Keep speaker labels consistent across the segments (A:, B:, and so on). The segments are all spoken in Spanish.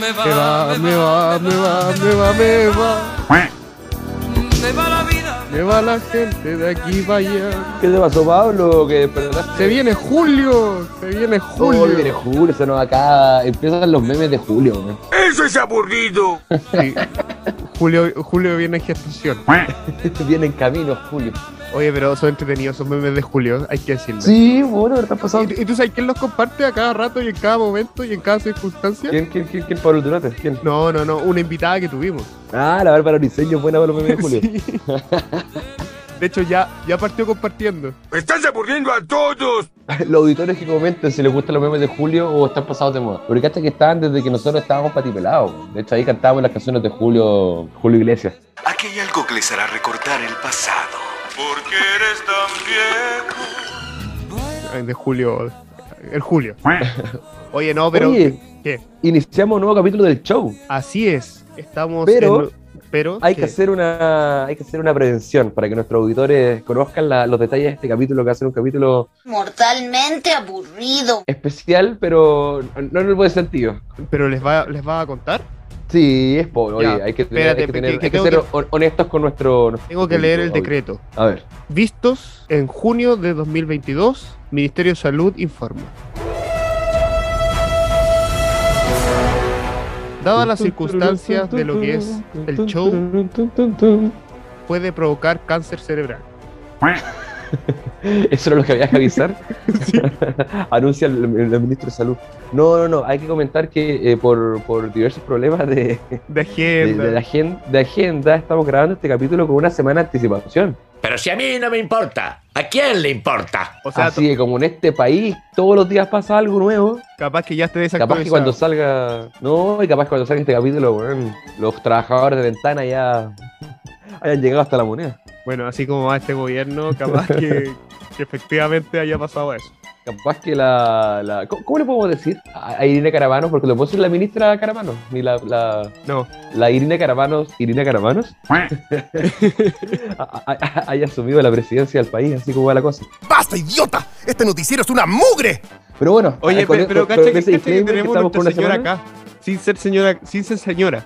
A: me va,
B: Me va, me va, me va, me va, me va.
A: me va la vida.
B: Me va la gente de aquí vaya
C: ¿Qué te pasó, Pablo? Que despertaste.
B: Se viene julio, se viene julio.
C: Oh, viene julio, se nos acaba. Empiezan los memes de julio, man.
B: Sí. julio. Julio viene en gestación.
C: Viene en camino julio.
B: Oye, pero son entretenidos, son memes de julio, hay que decirlo.
C: Sí, bueno, ¿verdad? Pasado.
B: ¿Y, y tú sabes quién los comparte a cada rato y en cada momento y en cada circunstancia?
C: ¿Quién, quién, quién, quién, Pablo Durate? ¿Quién?
B: No, no, no, una invitada que tuvimos.
C: Ah, la Bárbara Briseño, buena para los memes de julio.
B: Sí. De hecho, ya, ya partió compartiendo.
C: Los auditores que comenten si les gustan los memes de julio o están pasados de moda. Porque hasta que estaban desde que nosotros estábamos patipelados. man. De hecho, ahí cantábamos las canciones de Julio, Julio Iglesias.
D: Aquí hay algo que les hará recortar el pasado. Porque eres tan viejo.
B: Ay, De julio. El julio. Oye, no, pero.
C: Oye.
B: ¿Qué?
C: Iniciamos un nuevo capítulo del show.
B: Así es. Estamos.
C: Pero-
B: en lo- pero
C: Hay que
B: ¿qué?
C: hacer una hay que hacer una prevención para que nuestros auditores conozcan la- los detalles de este capítulo, que va a ser un capítulo
E: Mortalmente aburrido.
C: especial, pero no en el buen sentido.
B: Pero les va, les va a contar.
C: Sí, es pobre. Oye,
B: Ya,
C: hay que tener,
B: espérate,
C: hay que, tener-
B: que- que
C: hay que
B: tengo
C: ser
B: que-
C: hon- honestos con nuestro, nuestro
B: Tengo que leer el
C: público, obvio.
B: decreto.
C: A ver.
B: Vistos en junio de 2022, Ministerio de Salud informa. Dadas las circunstancias de lo que es el show, puede provocar cáncer cerebral.
C: Eso era lo que había que avisar. Anuncia el, el ministro de Salud. No, no, no. Hay que comentar que eh, por, por diversos problemas de,
B: De
C: de,
B: agenda.
C: de la agen- de agenda estamos grabando este capítulo con una semana de anticipación.
F: Pero si a mí no me importa, ¿a quién le importa?
B: o sea,
C: Así que como en este país todos los días pasa algo nuevo,
B: capaz que ya esté
C: capaz que
B: desactualizado.
C: cuando salga, no, y capaz que cuando salga este capítulo, weón, los trabajadores de ventana ya hayan llegado hasta la moneda.
B: Bueno, así como va este gobierno, capaz que, que efectivamente haya pasado eso.
C: Capaz que la, la- ¿cómo, cómo le podemos decir a, a Irina Caravanos? Porque lo puedo decir la ministra Caravanos, ni la, la,
B: No,
C: la Irina Caravanos, Irina Caravanos, a- a- a- haya asumido la presidencia del país, así como va la cosa.
G: ¡Basta, idiota! ¡Este noticiero es una mugre!
C: Pero bueno, eh,
B: Oye,
C: con- e-
B: pero, pero
C: con-
B: cacha
C: con
B: que,
C: ese
B: cacha que
C: disclaimer
B: tenemos
C: estamos por
B: nuestra
C: una
B: señora
C: semana.
B: acá. Sin ser señora, sin ser señora.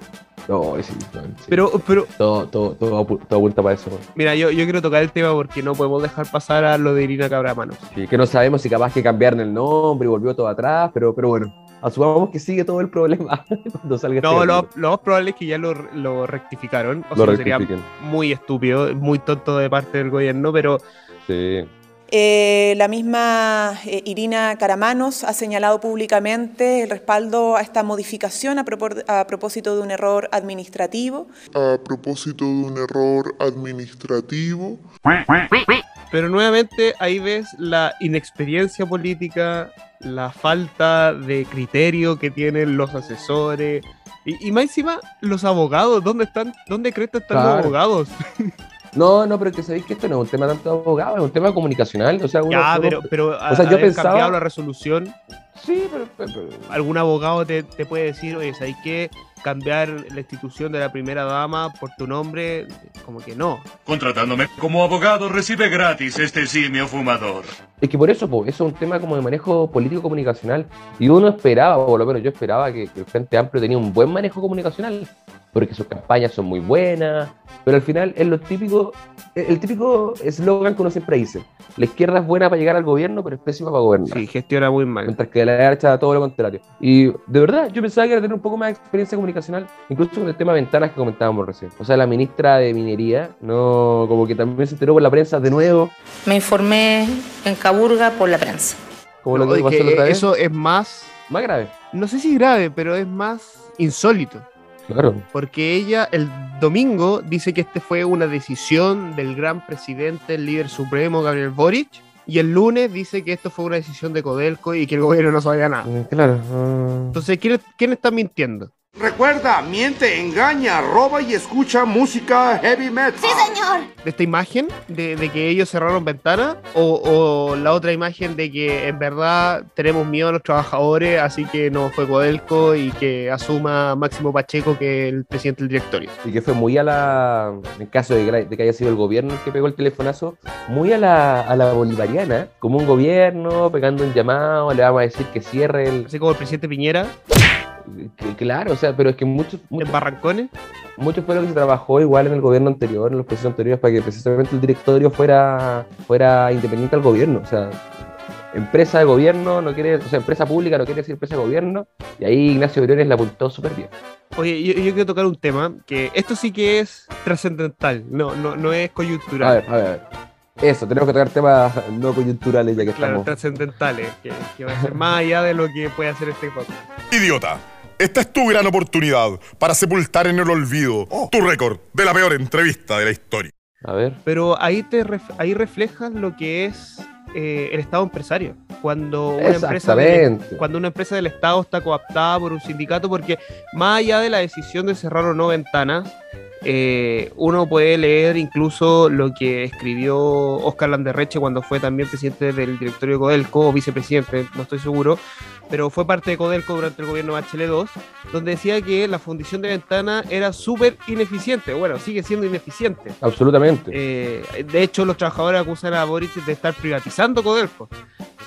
C: No, sí, sí, sí.
B: Pero, pero,
C: todo, todo, todo, apu- todo apunta para eso.
B: mira, yo, yo quiero tocar el tema porque no podemos dejar pasar a lo de Irina Cabramanos.
C: Sí, que no sabemos si capaz que cambiaron el nombre y volvió todo atrás, pero, pero bueno, asumamos que sigue todo el problema cuando salga
B: No,
C: este
B: lo,
C: capítulo.
B: lo más probable es que ya lo, lo rectificaron. O
C: Lo
B: sea, sería
C: rectifiquen.
B: muy estúpido, muy tonto de parte del gobierno, pero
C: Sí.
H: Eh, la misma eh, Irina Caramanos ha señalado públicamente el respaldo a esta modificación a, propor- a propósito de un error administrativo.
I: a propósito de un error administrativo.
B: Pero nuevamente ahí ves la inexperiencia política, la falta de criterio que tienen los asesores. Y, y más encima, los abogados, ¿dónde están? ¿Dónde crees que están los
C: Claro.
B: abogados?
C: No, no, pero que sabéis que esto no es un tema tanto de abogado, es un tema comunicacional. O sea, uno-
B: ya,
C: uno-
B: pero, pero a-
C: sea, yo
B: haber
C: pensaba-
B: cambiado la resolución,
C: Sí, pero, pero- pero-
B: algún abogado te, te puede decir, oye, ¿sabes qué? Cambiar la institución de la primera dama por tu nombre, como que no.
D: Contratándome como abogado recibe gratis este simio fumador.
C: Es que por eso, po, eso es un tema como de manejo político-comunicacional. Y uno esperaba, o por lo menos yo esperaba, que, que el Frente Amplio tenía un buen manejo comunicacional, porque sus campañas son muy buenas, pero al final es lo típico, e, el el típico eslogan que uno siempre dice. La izquierda es buena para llegar al gobierno, pero es pésima para gobernar.
B: Sí, gestiona muy mal.
C: Mientras que la derecha todo lo contrario. Y de verdad, yo pensaba que era tener un poco más de experiencia comunicacional, incluso con el tema de ventanas que comentábamos recién. O sea, la ministra de Minería, no, como que también se enteró por la prensa de nuevo,
E: Me informé en Caburga por la prensa.
C: como
B: No,
C: lo que
B: es
C: pasó
B: que
C: la otra vez.
B: eso es más,
C: Más grave.
B: no sé si grave, pero es más insólito.
C: Claro.
B: porque ella el domingo dice que este fue una decisión del gran presidente, el líder supremo Gabriel Boric, y el lunes dice que esto fue una decisión de Codelco y que el gobierno no sabía nada.
C: Mm, Claro. ah.
B: Entonces, ¿quién, quién está mintiendo?
G: Recuerda, miente, engaña, roba y escucha música heavy metal.
E: ¡Sí, señor!
B: ¿De esta imagen de, de que ellos cerraron ventanas? O, o la otra imagen de que en verdad tenemos miedo a los trabajadores, así que no fue Codelco y que asuma Máximo Pacheco que el presidente del directorio?
C: Y que fue muy a la. En caso de que, la- de que haya sido el gobierno el que pegó el telefonazo, muy a la, a la bolivariana, como un gobierno pegando un llamado, le vamos a decir que cierre el.
B: Así como el presidente Piñera
C: que- Claro, o sea, pero es que muchos,
B: ¿En
C: muchos,
B: Barrancones?
C: mucho fue lo que se trabajó igual en el gobierno anterior, en los procesos anteriores, para que precisamente el directorio fuera, fuera independiente al gobierno. O sea, empresa de gobierno no quiere, o sea, empresa pública no quiere decir empresa de gobierno, y ahí Ignacio Briones la apuntó súper bien.
B: Oye, yo, yo quiero tocar un tema que esto sí que es trascendental, no, no, no es coyuntural.
C: A ver, a ver, a ver. Eso, tenemos que tocar temas no coyunturales ya que
B: Claro,
C: estamos.
B: trascendentales, que, que va a ser más allá de lo que puede hacer este podcast.
J: Idiota, esta es tu gran oportunidad para sepultar en el olvido tu récord de la peor entrevista de la historia.
C: A ver.
B: Pero ahí, te ref- ahí reflejas lo que es eh, el Estado empresario. Cuando una, empresa del,
C: Exactamente.
B: cuando una empresa del Estado está cooptada por un sindicato, porque más allá de la decisión de cerrar o no ventanas, eh, uno puede leer incluso lo que escribió Oscar Landerreche cuando fue también presidente del directorio de Codelco, o vicepresidente, no estoy seguro, pero fue parte de Codelco durante el gobierno Bachelet 2, donde decía que la fundición de ventanas era súper ineficiente. Bueno, sigue siendo ineficiente.
C: Absolutamente.
B: Eh, de hecho, los trabajadores acusan a Boric de estar privatizando Codelco.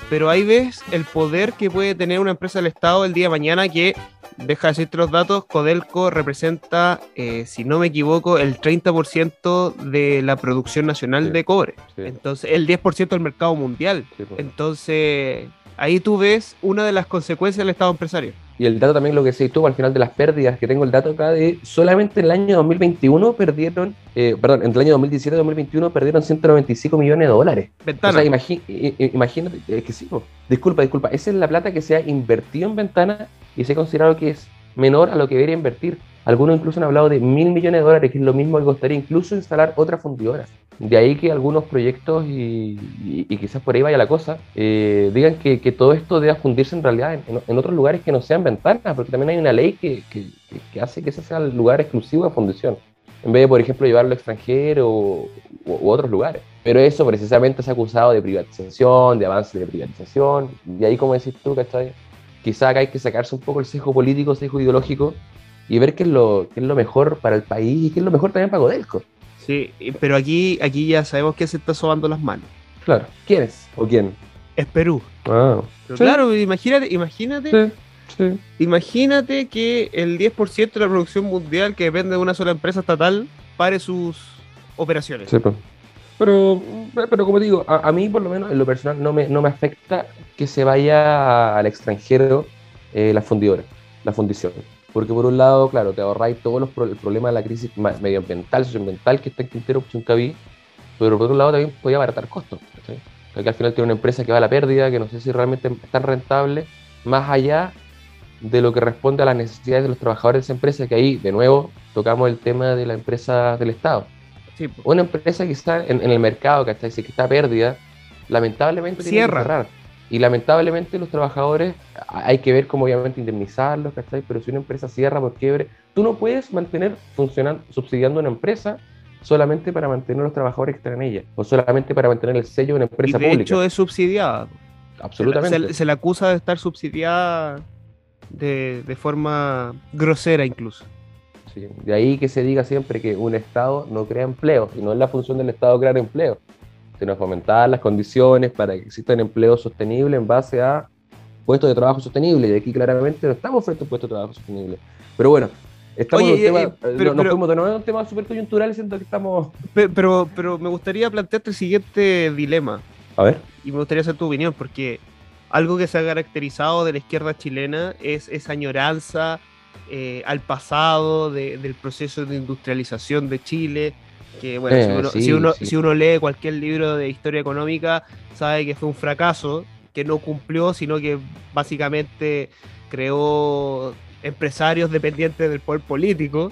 B: Pero ahí ves el poder que puede tener una empresa del Estado el día de mañana que, deja de decirte los datos, Codelco representa, eh, si no me equivoco, el 30% de la producción nacional
C: Sí.
B: de cobre.
C: Sí,
B: Entonces, el 10% del mercado mundial.
C: sí, pues.
B: Entonces, ahí tú ves una de las consecuencias del Estado empresario.
C: Y el dato también, lo que se tú al final de las pérdidas, que tengo el dato acá de solamente en el año 2021 perdieron, eh, perdón, entre el año 2017 y 2021 perdieron 195 millones de dólares. O
B: Ventana.
C: sea, imagi- i- i- imagínate, es que sí, po. disculpa, disculpa, esa es la plata que se ha invertido en ventana y se ha considerado que es menor a lo que debería invertir. Algunos incluso han hablado de mil millones de dólares, que es lo mismo que costaría incluso instalar otra fundidora. De ahí que algunos proyectos, y, y- y quizás por ahí vaya la cosa, eh, digan que, que todo esto deba fundirse en realidad en, en- en otros lugares que no sean ventanas, porque también hay una ley que, que- que- que hace que ese sea el lugar exclusivo de fundición, en vez de, por ejemplo, llevarlo al extranjero o- u- u otros lugares. Pero eso precisamente se ha acusado de privatización, de avance de privatización, y ahí, como decís tú, ¿cachai? Quizás acá hay que sacarse un poco el sesgo político, el sesgo ideológico, y ver qué es lo, qué es lo mejor para el país y qué es lo mejor también para Codelco.
B: Sí, y- pero aquí, aquí ya sabemos que se está sobando las manos.
C: Claro. ¿Quién es? ¿O quién?
B: Es Perú.
C: Ah,
B: Pero
C: Sí.
B: Claro, imagínate, imagínate
C: sí, sí.
B: Imagínate que el 10% de la producción mundial que depende de una sola empresa estatal pare sus operaciones.
C: Sí, pues. Pero, pero como digo, a, a mí por lo menos en lo personal no me, no me afecta que se vaya al extranjero eh, la fundidora, la fundición. Porque por un lado, claro, te ahorráis todos los pro- el problema de la crisis ma- medioambiental, socioambiental que está en Quintero, Puchuncaví, pero por otro lado también podía abaratar costos. ¿cachai? Porque al final tiene una empresa que va a la pérdida, que no sé si realmente es tan rentable, más allá de lo que responde a las necesidades de los trabajadores de esa empresa, que ahí, de nuevo, tocamos el tema de la empresa del Estado
B: Sí, po.
C: una empresa que está en, en el mercado, ¿cachai? Si es que está a pérdida, lamentablemente tiene que
B: Cierra.
C: cerrar. Y lamentablemente los trabajadores, a- hay que ver cómo obviamente indemnizarlos, ¿cachai? Pero si una empresa cierra por quiebre, tú no puedes mantener funcionando, subsidiando una empresa solamente para mantener a los trabajadores que están en ella, o solamente para mantener el sello de una
B: Y
C: empresa
B: de
C: pública.
B: hecho es subsidiada.
C: Absolutamente.
B: Se, se le acusa de estar subsidiada de, de forma grosera incluso.
C: Sí, De ahí que se diga siempre que un Estado no crea empleo, y no es la función del Estado crear empleo, sino fomentar las condiciones para que existan empleos sostenibles en base a puestos de trabajo sostenibles. Y aquí claramente no estamos frente a un puesto de trabajo sostenible. Pero bueno, estamos
B: Oye,
C: en
B: y-
C: un tema,
B: y-
C: eh,
B: pero-
C: nos
B: pero-
C: fuimos de nuevo a un tema súper coyuntural, siento que estamos...
B: Pe- Pero, pero me gustaría plantearte el siguiente dilema.
C: A ver.
B: y me gustaría saber tu opinión, porque algo que se ha caracterizado de la izquierda chilena es esa añoranza eh, al pasado de- del proceso de industrialización de Chile, que bueno,
C: Eh,
B: si, uno,
C: sí,
B: si uno-
C: sí.
B: si uno lee cualquier libro de historia económica, sabe que fue un fracaso, que no cumplió, sino que básicamente creó empresarios dependientes del poder político.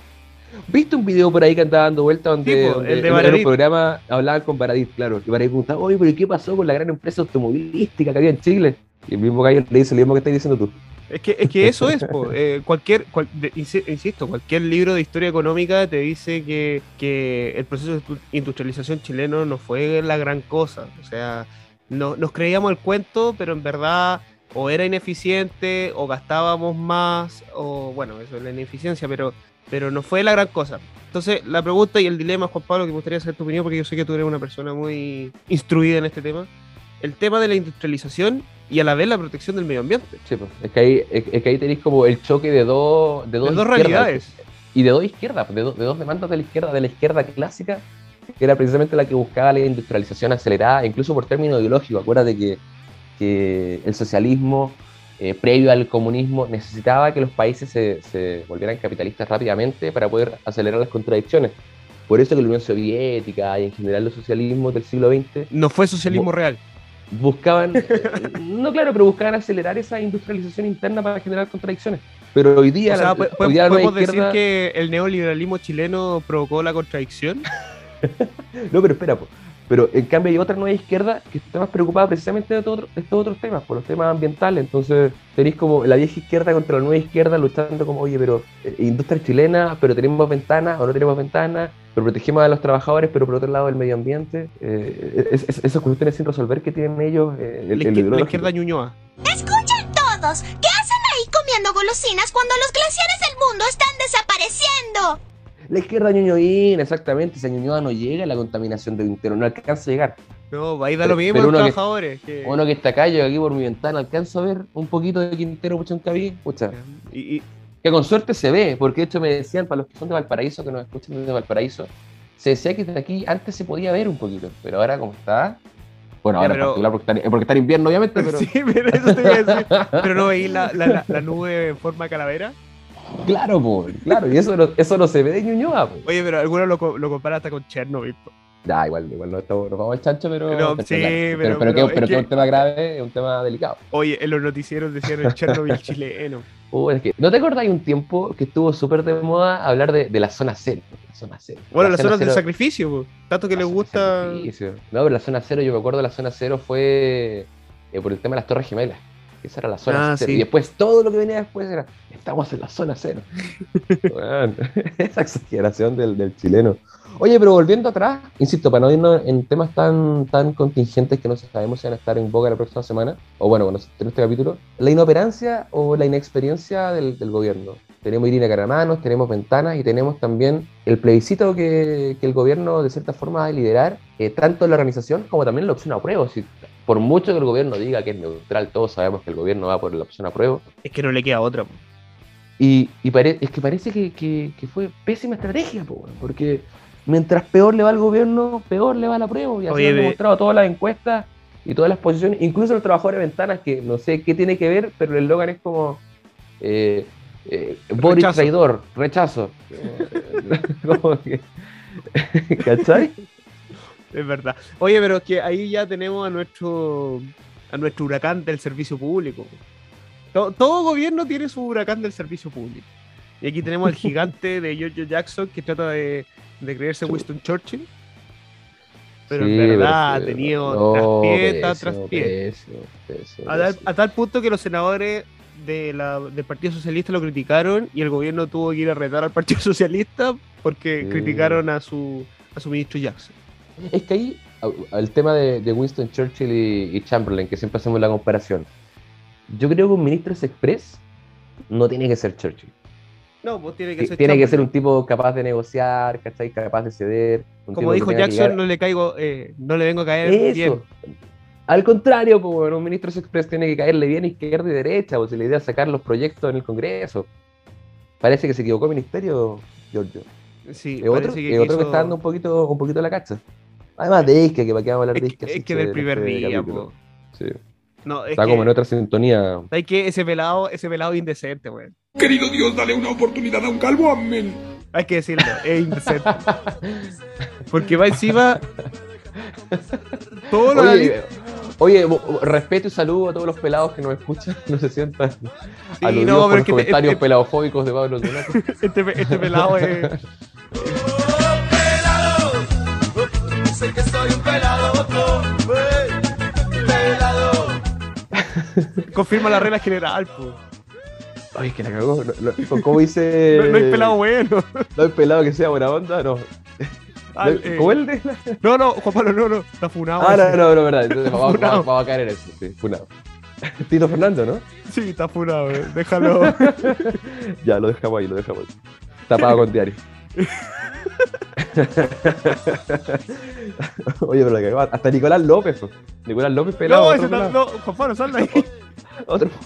C: ¿Viste un video por ahí que andaba dando vuelta
B: Sí,
C: donde,
B: po,
C: donde
B: el de
C: en- en
B: Baradit.
C: un programa hablaban con Baradit, claro, y Baradit preguntaba, oye, pero ¿y ¿qué pasó con la gran empresa automovilística que había en Chile? Y el mismo gallo le dice lo mismo que estás diciendo tú.
B: Es que, es que eso es, po. Eh, cualquier, cual- de- insi- insisto, cualquier libro de historia económica te dice que, que el proceso de tu- industrialización chileno no fue la gran cosa. O sea, no, nos creíamos el cuento, pero en verdad o era ineficiente o gastábamos más, o bueno, eso es la ineficiencia, pero, pero no fue la gran cosa. Entonces, la pregunta y el dilema, Juan Pablo, que me gustaría saber tu opinión, porque yo sé que tú eres una persona muy instruida en este tema. El tema de la industrialización y a la vez la protección del medio ambiente.
C: Sí, pues, es que ahí, es, es que ahí tenéis como el choque de dos, de dos,
B: Las dos
C: izquierdas.
B: realidades.
C: Y de dos izquierdas, pues, de, do- de dos demandas de la izquierda, de la izquierda clásica, que era precisamente la que buscaba la industrialización acelerada, incluso por término ideológico. Acuérdate que, que el socialismo, eh, previo al comunismo, necesitaba que los países se, se volvieran capitalistas rápidamente para poder acelerar las contradicciones. Por eso que la Unión Soviética y en general los socialismos del siglo XX
B: No fue socialismo
C: Bu-
B: real.
C: buscaban, eh, no claro, pero buscaban acelerar esa industrialización interna para generar contradicciones. Pero hoy día,
B: O sea,
C: la-
B: ¿po-
C: hoy día la nueva
B: ¿podemos decir
C: izquierda-
B: que el neoliberalismo chileno provocó la contradicción?
C: No, pero espera, po. pero en cambio hay otra nueva izquierda que está más preocupada precisamente de, todo otro- de estos otros temas, por los temas ambientales. Entonces tenéis como la vieja izquierda contra la nueva izquierda luchando como, oye, pero eh, industria chilena, pero tenemos ventanas o no tenemos ventanas, pero protegemos a los trabajadores, pero por otro lado el medio ambiente. Eh, es- es- esas cuestiones sin resolver que tienen ellos. eh, el-
B: La,
C: el
B: izquier- la
C: ideológico.
B: izquierda ñuñoa.
K: Escuchen todos, ¿qué hacen ahí comiendo golosinas cuando los glaciares del mundo están desapareciendo?
C: La izquierda ñoñoína, exactamente. Esa ñoñoa no llega a la contaminación del interior, no alcanza a llegar.
B: No, ahí da lo
C: Pero-
B: mismo
C: pero
B: a los
C: uno que-
B: trabajadores. que-
C: Uno que está acá, yo aquí por mi ventana alcanzo a ver un poquito de Quintero Puchoncaví, pucha.
B: y- y-
C: Que con suerte se ve, porque de hecho me decían, para los que son de Valparaíso, que nos escuchan desde Valparaíso, se decía que desde aquí antes se podía ver un poquito, pero ahora como está... Bueno,
B: Ya,
C: ahora
B: pero-
C: en particular porque está, porque está en invierno, obviamente, pero...
B: Sí, pero eso te iba a decir. Pero no veí la, la- la- la nube en forma calavera.
C: Claro, po, claro, y eso no, eso no se ve de Ñuñoa, po.
B: Oye, pero algunos lo, co- lo comparan hasta con Chernobyl. po.
C: Ya, igual, igual no estamos, nos vamos al chancho, pero...
B: No,
C: pero
B: sí,
C: claro,
B: pero-
C: pero, pero, que-
B: pero es
C: pero que es
B: que-
C: un tema grave, es un tema delicado.
B: Oye, en los noticieros decían el Chernobyl chileno.
C: Uh, es que, ¿No te acordás un tiempo que estuvo súper de moda hablar de, de la zona cero? La zona cero.
B: Bueno, las horas del
C: cero-
B: sacrificio, po. tanto que les gusta.
C: sacrificio. No, pero la zona cero, yo me acuerdo, la zona cero fue eh, por el tema de las Torres Gemelas. Esa era la zona
B: Ah,
C: cero.
B: sí.
C: Y después todo lo que venía después era, estamos en la zona cero. Weón, esa exageración del, del chileno. Oye, pero volviendo atrás, insisto, para no irnos en temas tan, tan contingentes que no sabemos si van a estar en boca la próxima semana, o bueno, cuando se estrene este capítulo, la inoperancia o la inexperiencia del, del gobierno. Tenemos Irina Caramanos, tenemos Ventanas y tenemos también el plebiscito que, que el gobierno de cierta forma va a liderar, eh, tanto en la organización como también en la opción a prueba. Si- por mucho que el gobierno diga que es neutral, todos sabemos que el gobierno va por la opción a prueba.
B: Es que no le queda otra. po.
C: Y, y pare- es que parece que, que- que fue pésima estrategia, po, weón, porque mientras peor le va al gobierno, peor le va la prueba. Y así
B: Oye,
C: lo han
B: de-
C: demostrado todas las encuestas y todas las posiciones, incluso los trabajadores de ventanas, que no sé qué tiene que ver, pero el eslogan es como eh, eh, Boric
B: Rechazo.
C: traidor, rechazo. Como que- ¿Cachai?
B: Es verdad. Oye, pero es que ahí ya tenemos a nuestro a nuestro huracán del servicio público. To- Todo, gobierno tiene su huracán del servicio público. Y aquí tenemos al gigante de Giorgio Jackson que trata de, de creerse Winston Churchill. Pero
C: Sí,
B: en verdad
C: pero-
B: ha tenido
C: no,
B: traspié tras
C: pésimo,
B: traspié.
C: pésimo, pésimo,
B: A tal,
C: pésimo.
B: a tal punto que los senadores de la- del Partido Socialista lo criticaron y el gobierno tuvo que ir a retar al Partido Socialista porque
C: Sí.
B: criticaron a su, a su ministro Jackson.
C: Es que ahí, a- al tema de, de Winston Churchill y, y Chamberlain, que siempre hacemos la comparación, yo creo que un ministro es express no tiene que ser Churchill.
B: No, pues tiene que
C: Ti-
B: ser
C: Tiene que
B: Chamberlain.
C: ser un tipo capaz de negociar, ¿cachai? Capaz de ceder. un tipo
B: Como
C: que
B: dijo
C: tenga que
B: Jackson,
C: llegar-
B: no le caigo, eh, no le vengo a caer bien.
C: Eso. Al contrario, pues, bueno, un ministro express tiene que caerle bien izquierda y derecha, o si la idea es sacar los proyectos en el Congreso. Parece que se equivocó el ministerio, Giorgio.
B: Sí,
C: Es otro,
B: parece
C: es otro que
B: quiso-
C: está dando un poquito, un poquito la cacha. Además de Isca, que para qué vamos a hablar
B: Es
C: de
B: que,
C: Isca.
B: es
C: si
B: que
C: este-
B: del primer
C: este
B: día,
C: capítulo.
B: po.
C: Sí.
B: No, es
C: Está
B: que,
C: como en otra sintonía.
B: ¿sabes qué? Ese pelado, ese pelado es indecente, weón.
D: Querido Dios, dale una oportunidad a un calvo, amén.
B: Hay que decirlo, es indecente. Porque va encima. Todo lo
C: Oye, oye, bo- bo- respeto y saludo a todos los pelados que nos escuchan, no se sientan aludidos
B: no, pero
C: por
B: es
C: los
B: que te-
C: comentarios
B: este-
C: peladofóbicos de Pablo Donato.
B: este, pe- este pelado es.
A: Sé que soy un pelado,
B: eh,
A: pelado.
B: Confirma la regla general, po.
C: Ay, es que la cagó. No, no- ¿Cómo dice?
B: No, no hay pelado bueno.
C: Eh, No hay pelado que sea buena onda, no.
B: Al-
C: No-
B: eh,
C: ¿Cómo el de la-
B: No, no, Juan Pablo, no, no. Está funado.
C: Ah, no,
B: ese.
C: no, no, verdad. Entonces vamos,
B: Funado.
C: vamos- vamos a caer en eso. Sí, funado. Tito Fernando, ¿no?
B: Sí, está funado, weón. Déjalo.
C: Ya, lo dejamos ahí, lo dejamos ahí. Tapado con diario. Oye, pero la cagó. Hasta Nicolás López. po. Nicolás López pelado.
B: no,
C: otro
B: ese no,
C: pelado.
B: no, Juan Pablo, sal de ahí.
C: Otro-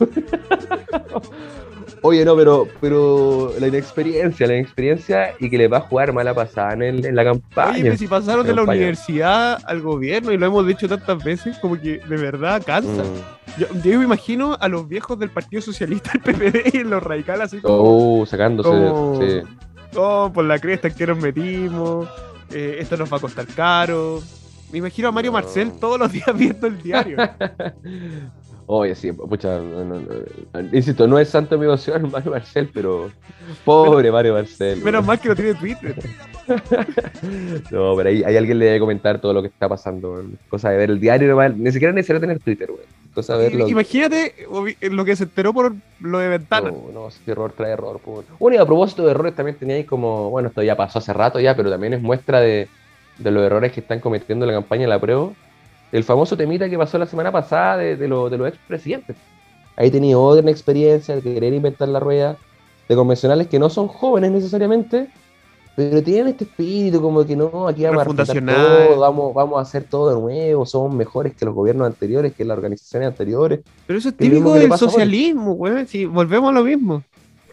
C: Oye, no, pero, pero la inexperiencia, la inexperiencia y que le va a jugar mala pasada en, el- en la campaña.
B: Oye, pero si pasaron de la
C: Campaña.
B: universidad al gobierno y lo hemos dicho tantas veces, como que de verdad cansa.
C: Mm.
B: Yo, yo me imagino a los viejos del Partido Socialista, el PPD y los radicales así como,
C: Oh, sacándose.
B: Como-
C: sí.
B: oh, por la cresta que nos metimos, eh, esto nos va a costar caro. Me imagino a Mario Marcel todos los días viendo el diario.
C: Oye, sí, pucha, no, no, no. insisto, no es santo mi opción Mario Marcel, pero pobre Mario Marcel.
B: Menos mal que no tiene Twitter.
C: No, pero ahí, ahí alguien le debe comentar todo lo que está pasando. weón. Cosa de ver el diario, nomás, ni siquiera es necesario tener Twitter, güey. Cosa de ver lo
B: Imagínate obi- lo que se enteró por lo de Ventana.
C: No, Oh, no, si error trae error. po. Bueno, y a propósito de errores, también teníais como, bueno, esto ya pasó hace rato ya, pero también es muestra de, de los errores que están cometiendo en la campaña de la prueba. El famoso temita que pasó la semana pasada de, de, lo- de los expresidentes. Ahí tenía otra experiencia de querer inventar la rueda, de convencionales que no son jóvenes necesariamente, pero tienen este espíritu como que no, aquí vamos a refuntar
B: Refundacional.
C: todo, vamos, vamos a hacer todo de nuevo, somos mejores que los gobiernos anteriores, que las organizaciones anteriores.
B: Pero eso es
C: Es lo mismo
B: típico
C: que le
B: del
C: pasa ahora.
B: socialismo, weón. Si volvemos a lo mismo.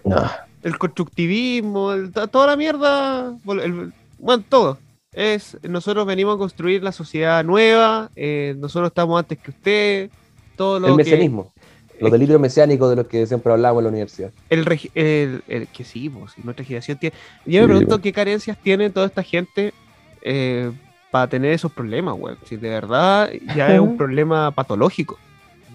C: No.
B: El constructivismo, el- to- toda la mierda. vol- el- bueno, todo. Es, nosotros venimos a construir la sociedad nueva, eh, nosotros estamos antes que usted. Todo lo
C: el
B: que-
C: mesianismo. Los delirios mesiánicos de los que siempre hablábamos en la universidad.
B: el, regi- el- el- que sí, pues, y nuestra generación tiene. Yo me
C: Sí,
B: pregunto
C: pues.
B: qué carencias tiene toda esta gente eh, para tener esos problemas, weón. Si de verdad ya es un problema patológico.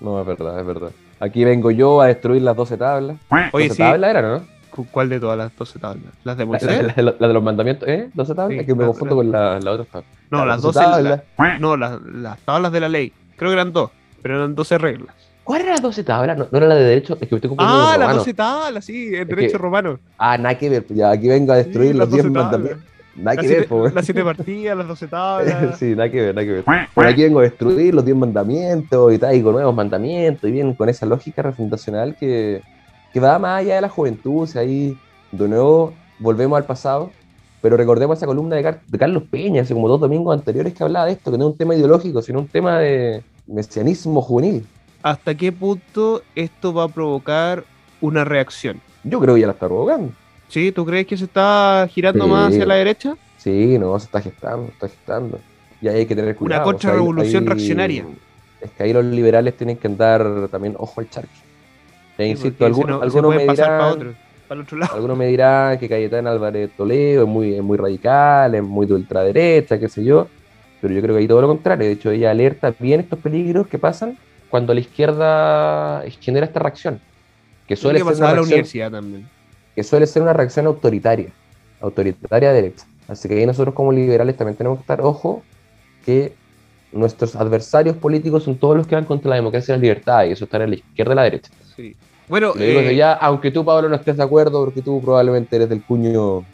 C: No, es verdad, es verdad. Aquí vengo yo a destruir las 12 tablas.
B: Oye,
C: 12
B: sí.
C: tablas eran, ¿no?
B: ¿cu- ¿Cuál de todas las 12 tablas? ¿Las de
C: La,
B: Moisés?
C: la- la- la de los mandamientos, ¿eh? 12 tablas,
B: Sí,
C: que me
B: la-
C: confundo
B: la-
C: con la, la otra tabla.
B: No, las 12
C: tablas.
B: la- no, las, las tablas de la ley. Creo que eran dos, pero eran 12 reglas.
C: ¿Cuál era la 12 tablas? No, no era la de derecho, es que me estoy confundiendo
B: Ah, las
C: con romano.
B: 12 tablas, sí, el
C: que-
B: derecho romano.
C: Ah, nada que ver, ya, aquí vengo a destruir
B: Sí,
C: los
B: las
C: 10
B: 12 tablas.
C: mandamientos. Nada
B: Las
C: que ver,
B: siete,
C: po. weón.
B: las siete partidas, las 12 tablas.
C: Sí, nada que ver, nada que ver. Bueno,
B: Ah.
C: aquí vengo a destruir los 10 mandamientos y traigo nuevos mandamientos y vienen con esa lógica refundacional que, que va más allá de la juventud. si ahí de nuevo volvemos al pasado, pero recordemos esa columna de, Car- de Carlos Peña hace como dos domingos anteriores que hablaba de esto, que no es un tema ideológico, sino un tema de mesianismo juvenil.
B: ¿Hasta qué punto esto va a provocar una reacción?
C: Yo creo que ya la está provocando.
B: ¿Sí? ¿Tú crees que se está girando
C: Sí.
B: más hacia la derecha?
C: Sí, no, se está gestando, se está gestando. Y ahí hay que tener cuidado. o sea, ahí-
B: contrarrevolución
C: ahí-
B: reaccionaria.
C: Es que ahí los liberales tienen que andar también ojo al charque. E insisto,
B: porque
C: algunos,
B: si no- se
C: algunos
B: pueden
C: me
B: pasar para
C: dirán,
B: otro, para el otro lado.
C: algunos me dirán que Cayetán Álvarez Toledo es muy, es muy radical, es muy de ultraderecha, qué sé yo. Pero yo creo que ahí todo lo contrario. De hecho, ella alerta bien estos peligros que pasan cuando la izquierda genera esta reacción. Que suele
B: ¿Qué
C: ser una
B: pasaba a la
C: reacción
B: universidad también?
C: que suele ser una reacción autoritaria, autoritaria derecha. Así que ahí nosotros como liberales también tenemos que estar ojo que nuestros adversarios políticos son todos los que van contra la democracia y la libertad, y eso está en la izquierda y la derecha.
B: Sí. Bueno,
C: Y le digo
B: eh,
C: desde ya, aunque tú, Pablo, no estés de acuerdo, porque tú probablemente eres del cuño,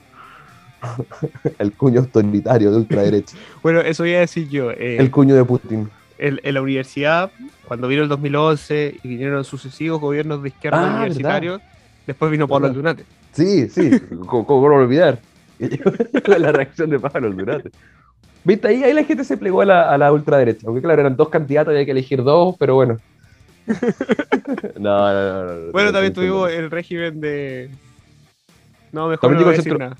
C: el cuño autoritario de ultraderecha,
B: bueno, eso iba a decir yo. eh,
C: el cuño de Putin.
B: en, en la universidad, cuando vino el 2011 y vinieron sucesivos gobiernos de izquierda
C: Ah,
B: universitarios, después vino Pablo
C: ¿Verdad?
B: Aldunate.
C: Sí, sí, ¿cómo, cómo lo olvidar? la reacción de Pablo Durante. Viste, ahí, ahí la gente se plegó a la, a la ultraderecha. Aunque claro, eran dos candidatos y hay que elegir dos, pero bueno. no, no, no, no, no.
B: Bueno,
C: No,
B: también
C: no,
B: tuvimos eh.
C: no.
B: el régimen de... No, mejor
C: También
B: no
C: digo
B: voy a
C: el
B: decir
C: centro-
B: nada.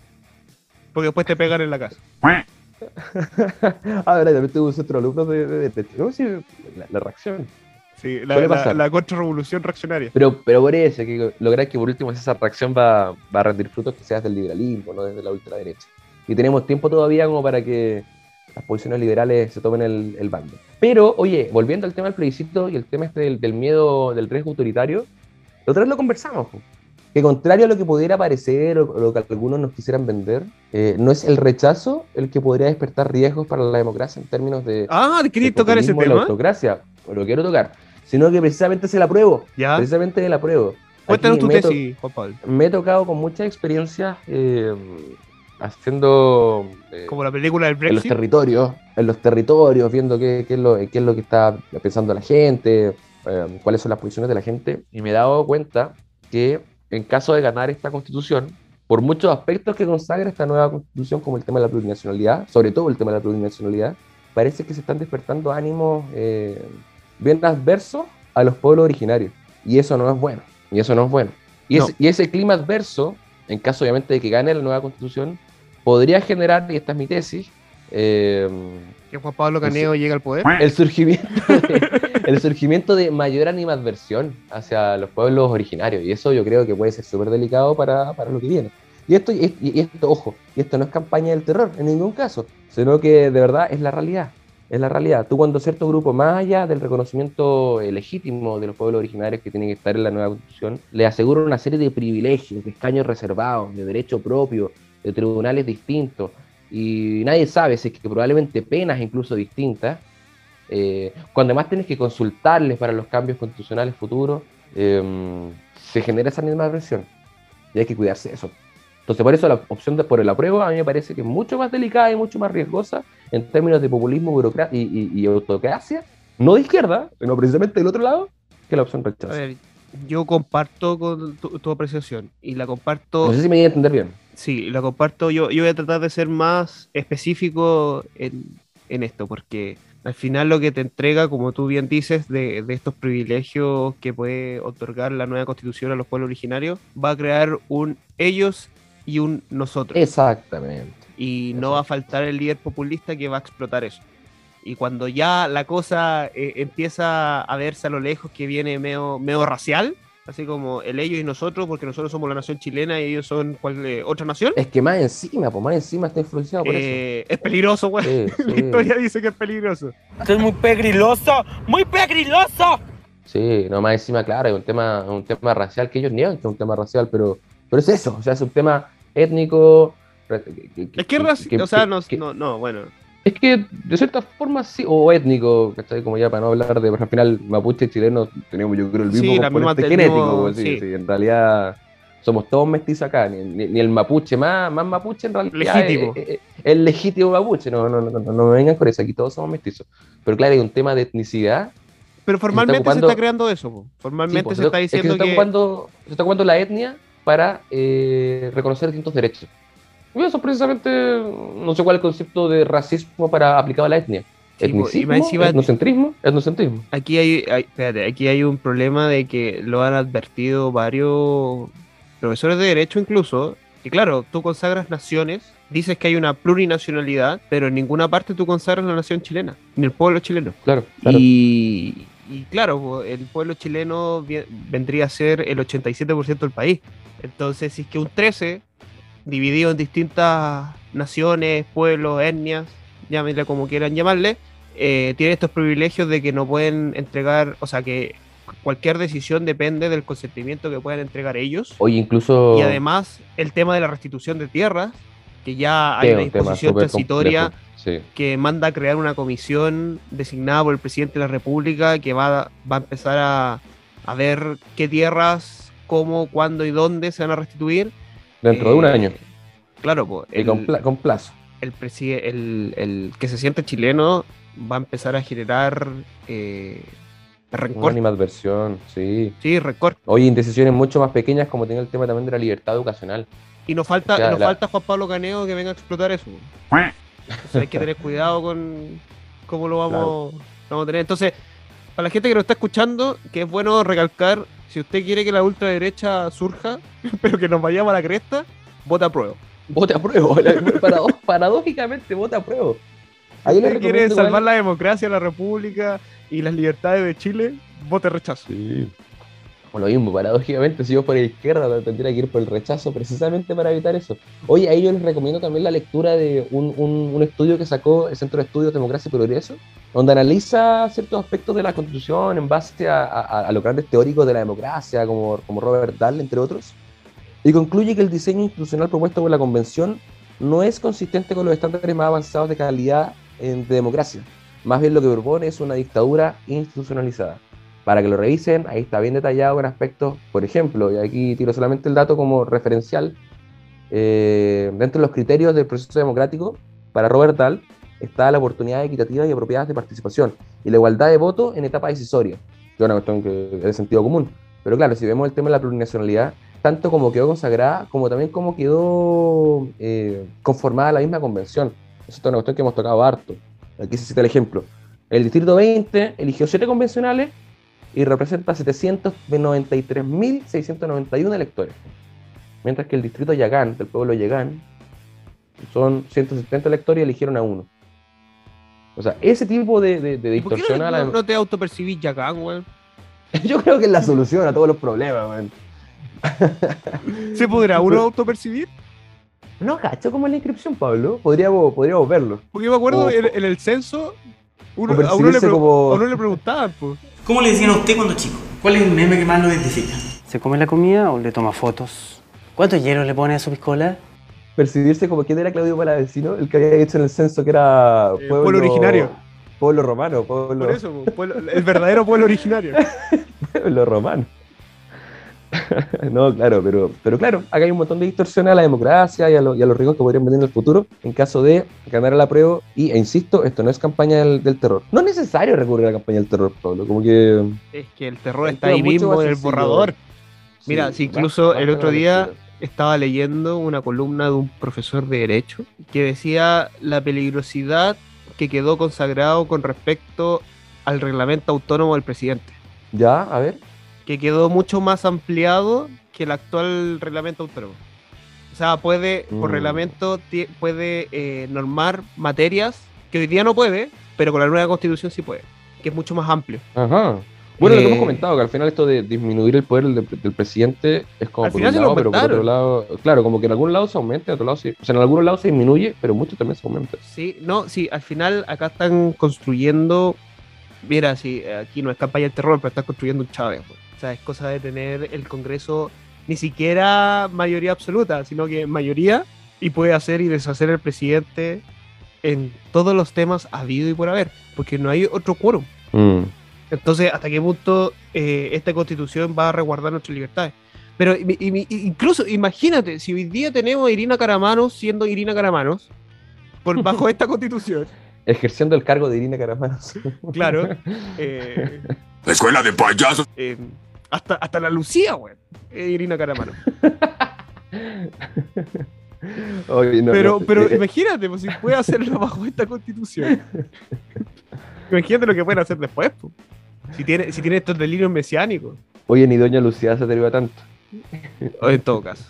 B: Porque después te pegan en la casa.
C: ah, verdad, también tuvimos otro alumno de, de, de- No, sí, la, la reacción.
B: Sí, la,
C: Suele
B: la-
C: pasar. Eh,
B: la contrarrevolución reaccionaria.
C: Pero, pero por eso, hay que lograr que por último esa reacción va, va a rendir frutos que sea desde el liberalismo, no desde la ultraderecha. Y tenemos tiempo todavía como para que las posiciones liberales se tomen el, el bando. Pero, oye, volviendo al tema del plebiscito y el tema este del, del miedo, del riesgo autoritario, la otra vez lo conversamos. po. Que contrario a lo que pudiera parecer o o lo que algunos nos quisieran vender, eh, no es el rechazo el que podría despertar riesgos para la democracia en términos de,
B: Ah,
C: de
B: ¿queréis tocar ese
C: populismo y la
B: tema?
C: autocracia. Lo quiero tocar. Sino que precisamente se la apruebo.
B: Ya.
C: Precisamente la apruebo.
B: ¿Ah? Cuéntanos
C: Aquí
B: tu
C: me to-
B: tesis, Juan Pablo.
C: Me he tocado con muchas experiencias eh, haciendo eh,
B: Como la película del
C: en los
B: Brexit.
C: territorios, en los territorios, viendo qué, qué es, lo, qué es lo que está pensando la gente, eh, cuáles son las posiciones de la gente. Y me he dado cuenta que en caso de ganar esta constitución, por muchos aspectos que consagra esta nueva constitución, como el tema de la plurinacionalidad, sobre todo el tema de la plurinacionalidad, parece que se están despertando ánimos eh, bien adversos a los pueblos originarios. Y eso no es bueno. Y eso no es bueno. Y,
B: No.
C: ese- y ese clima adverso, en caso obviamente de que gane la nueva constitución, podría generar, y esta es mi tesis, eh,
B: Que Juan Pablo Caneo llega al poder.
C: el surgimiento de, el surgimiento de mayor animadversión hacia los pueblos originarios. Y eso yo creo que puede ser súper delicado para, para lo que viene. Y esto, y, y esto, ojo, y esto no es campaña del terror en ningún caso, sino que de verdad es la realidad. Es la realidad. Tú cuando cierto grupo, más allá del reconocimiento eh, legítimo de los pueblos originarios que tienen que estar en la nueva constitución, le aseguran una serie de privilegios, de escaños reservados, de derecho propio, de tribunales distintos, y nadie sabe si es que probablemente penas incluso distintas, eh, cuando además tienes que consultarles para los cambios constitucionales futuros, eh, se genera esa misma presión y hay que cuidarse de eso. Entonces, por eso la opción de, por el apruebo a mí me parece que es mucho más delicada y mucho más riesgosa en términos de populismo burocra- y, y- y autocracia, no de izquierda, sino precisamente del otro lado, que la opción
B: A
C: rechaza.
B: ver, yo comparto con tu, tu apreciación y la comparto.
C: No sé si me voy a entender bien.
B: Sí, la comparto. Yo, yo voy a tratar de ser más específico en, en esto, porque al final lo que te entrega, como tú bien dices, de, de estos privilegios que puede otorgar la nueva constitución a los pueblos originarios, va a crear un ellos y un nosotros.
C: Exactamente.
B: Y no va a faltar el líder populista que va a explotar eso. Y cuando ya la cosa eh, empieza a verse a lo lejos que viene medio, medio racial, así como el ellos y nosotros, porque nosotros somos la nación chilena y ellos son cual- eh, otra nación,
C: Es que más encima, pues más encima está influenciado por
B: eh, es peligroso, güey.
C: eso. Sí,
B: La
C: sí.
B: historia dice que es peligroso.
L: Esto es muy pegriloso, muy pegriloso.
C: Sí, no, más encima, claro, es un tema, es un tema racial, que ellos niegan que es un tema racial, pero, pero es eso, o sea, es un tema étnico. ra- que- que-
B: Es que, es raci-
C: que-
B: o sea,
C: que-
B: no,
C: que-
B: no, no, bueno.
C: es que de cierta forma sí, o étnico, ¿cachai? Como ya para no hablar de, porque al final mapuche y chileno tenemos yo creo el
B: Sí,
C: mismo
B: la misma-
C: componente
B: el
C: genético,
B: mismo-
C: pues, sí,
B: sí.
C: sí, en realidad somos todos mestizos acá, ni, ni- ni el mapuche más, más mapuche en realidad es-
B: Legítimo.
C: es- es- el legítimo mapuche, no, no, no, no, no me vengan con eso, aquí todos somos mestizos. Pero claro, hay un tema de etnicidad
B: Pero formalmente se
C: ocupando-
B: está creando eso, po. Formalmente
C: Sí, pues,
B: se está
C: es que
B: diciendo
C: se está,
B: que.
C: ocupando, se está ocupando la etnia para eh, reconocer distintos derechos. Y eso precisamente, no sé cuál es el concepto de racismo para aplicado a la etnia.
B: Sí, po, y
C: Etnicismo,
B: más encima-
C: etnocentrismo, etnocentrismo.
B: Aquí hay, hay- espérate, aquí hay un problema de que lo han advertido varios profesores de derecho incluso. Y claro, tú consagras naciones, dices que hay una plurinacionalidad, pero en ninguna parte tú consagras la nación chilena, ni el pueblo chileno.
C: Claro, claro.
B: Y, y claro, po, el pueblo chileno vi- vendría a ser el 87% del país. Entonces, si es que un 13 dividido en distintas naciones, pueblos, etnias, llámenle como quieran llamarle, eh, tiene estos privilegios de que no pueden entregar, o sea, que cualquier decisión depende del consentimiento que puedan entregar ellos.
C: Oye, incluso...
B: Y además, el tema de la restitución de tierras, que ya hay
C: Sí,
B: una
C: un tema
B: disposición
C: súper
B: transitoria
C: complejo, sí.
B: que manda a crear una comisión designada por el presidente de la República que va, va a empezar a, a ver qué tierras, cómo, cuándo y dónde se van a restituir.
C: Dentro de un
B: Eh,
C: año.
B: Claro, po,
C: y con, pla- con plazo.
B: el, preside- el, el que se siente chileno va a empezar a generar eh,
C: Una
B: rencor.
C: animadversión, sí.
B: Sí, rencor.
C: Oye, indecisiones mucho más pequeñas, como tenía el tema también de la libertad educacional.
B: Y nos falta,
C: O sea,
B: nos
C: la-
B: falta Juan Pablo Caneo que venga a explotar eso. Entonces hay que tener cuidado con cómo lo vamos, lo vamos a tener. Entonces, para la gente que nos está escuchando, que es bueno recalcar, si usted quiere que la ultraderecha surja, pero que nos vayamos a la cresta, vota a prueba.
C: Vota a prueba. parado- paradójicamente, vota a prueba. Ahí
B: Si
C: le
B: usted quiere
C: recomiendo igual-
B: salvar la democracia, la república y las libertades de Chile, vote rechazo.
C: Por lo mismo, paradójicamente, si yo por la izquierda tendría que ir por el rechazo, precisamente para evitar eso. Oye, ahí yo les recomiendo también la lectura de un, un- un estudio que sacó el Centro de Estudios Democracia y Progreso, donde analiza ciertos aspectos de la Constitución en base a, a- a los grandes teóricos de la democracia, como, como Robert Dahl, entre otros, y concluye que el diseño institucional propuesto por la Convención no es consistente con los estándares más avanzados de calidad en- de democracia. Más bien lo que propone es una dictadura institucionalizada para que lo revisen, ahí está bien detallado en aspectos, por ejemplo, y aquí tiro solamente el dato como referencial, eh, dentro de los criterios del proceso democrático, para Robert Dahl, está la oportunidad equitativa y apropiada de participación, y la igualdad de voto en etapa decisoria, que es una cuestión que es de sentido común. Pero claro, si vemos el tema de la plurinacionalidad, tanto como quedó consagrada, como también como quedó eh, conformada la misma convención. Esa es una cuestión que hemos tocado harto. Aquí se cita el ejemplo. El Distrito 20 eligió 7 convencionales y representa 793.691 electores. Mientras que el Distrito Yagán, del pueblo Yagán, son 170 electores y eligieron a uno. O sea, ese tipo de, de, de
B: ¿Por qué
C: distorsión
B: no,
C: a la...
B: no- no te autopercibís ya acá, weón?
C: Yo creo que es la solución a todos los problemas, man.
B: ¿Se podrá uno autopercibir?
C: No, cacho, como en la inscripción, Pablo. Podríamos, podríamos verlo.
B: Porque yo me acuerdo
C: O-
B: en, en el censo, uno- a, uno
C: o
B: le
C: percibirse
B: pregu-
C: como-
B: a uno le preguntaban, pues.
M: ¿Cómo le decían a usted cuando chico? ¿Cuál es el meme que más lo identifica? ¿Se come la comida o le toma fotos? ¿Cuántos hielos le pone a su piscola?
C: Percibirse como quién era Claudio Palavecino, el que había hecho en el censo que era pueblo,
B: Eh, pueblo originario.
C: Pueblo romano, pueblo,
B: Por eso, po, pueblo- el verdadero pueblo originario.
C: pueblo romano. no, claro, pero, pero claro, acá hay un montón de distorsiones a la democracia y a, lo- y a los riesgos que podrían venir en el futuro en caso de ganar el apruebo. Y, e insisto, esto no es campaña del, del terror. No es necesario recurrir a la campaña del terror, Pablo. Como que
B: Es que el terror está
C: Pero
B: ahí
C: mucho
B: mismo
C: más
B: en el
C: sencillo.
B: borrador. Mira,
C: Sí,
B: si incluso
C: basta-
B: el
C: basta
B: otro
C: con
B: día
C: lectura.
B: estaba leyendo una columna de un profesor de Derecho que decía la peligrosidad que quedó consagrado con respecto al reglamento autónomo del presidente,
C: ya, a ver.
B: que quedó mucho más ampliado que el actual reglamento autónomo. O sea, puede, por
C: Mm.
B: reglamento, ti- puede eh, normar materias que hoy día no puede, pero con la nueva constitución sí puede, que es mucho más amplio.
C: Ajá. Bueno, lo que
B: Eh,
C: hemos comentado, que al final esto de disminuir el poder del, del presidente es como
B: Al
C: por
B: final
C: un
B: se lo
C: lado, pero por otro
B: aumentaron.
C: lado, claro, como que en algún lado se aumenta, en otro lado se, o sea, en algunos lados se disminuye, pero muchos también se aumentan.
B: Sí, no, sí, al final acá están construyendo. Mira, sí, aquí no es campaña del terror, pero están construyendo un Chávez. pues. O sea, es cosa de tener el Congreso ni siquiera mayoría absoluta, sino que mayoría y puede hacer y deshacer el presidente en todos los temas habido y por haber, porque no hay otro quórum. Mm. Entonces, ¿hasta qué punto eh, esta constitución va a resguardar nuestras libertades? Pero y- y- y- incluso, imagínate, si hoy día tenemos a Irina Caramanos siendo Irina Caramanos, por bajo esta constitución,
C: Ejerciendo el cargo de Irina Caramanos.
B: claro, eh,
J: La escuela de payasos.
B: eh, hasta, hasta la Lucía, güey, es Irina Caramanos.
C: Oye, no,
B: Pero,
C: no,
B: pero
C: eh,
B: imagínate, pues, si puede hacerlo bajo esta constitución, imagínate lo que pueden hacer después, po. si tiene, si tiene estos delirios mesiánicos,
C: Oye, ni Doña Lucía se deriva tanto.
B: o en todo caso.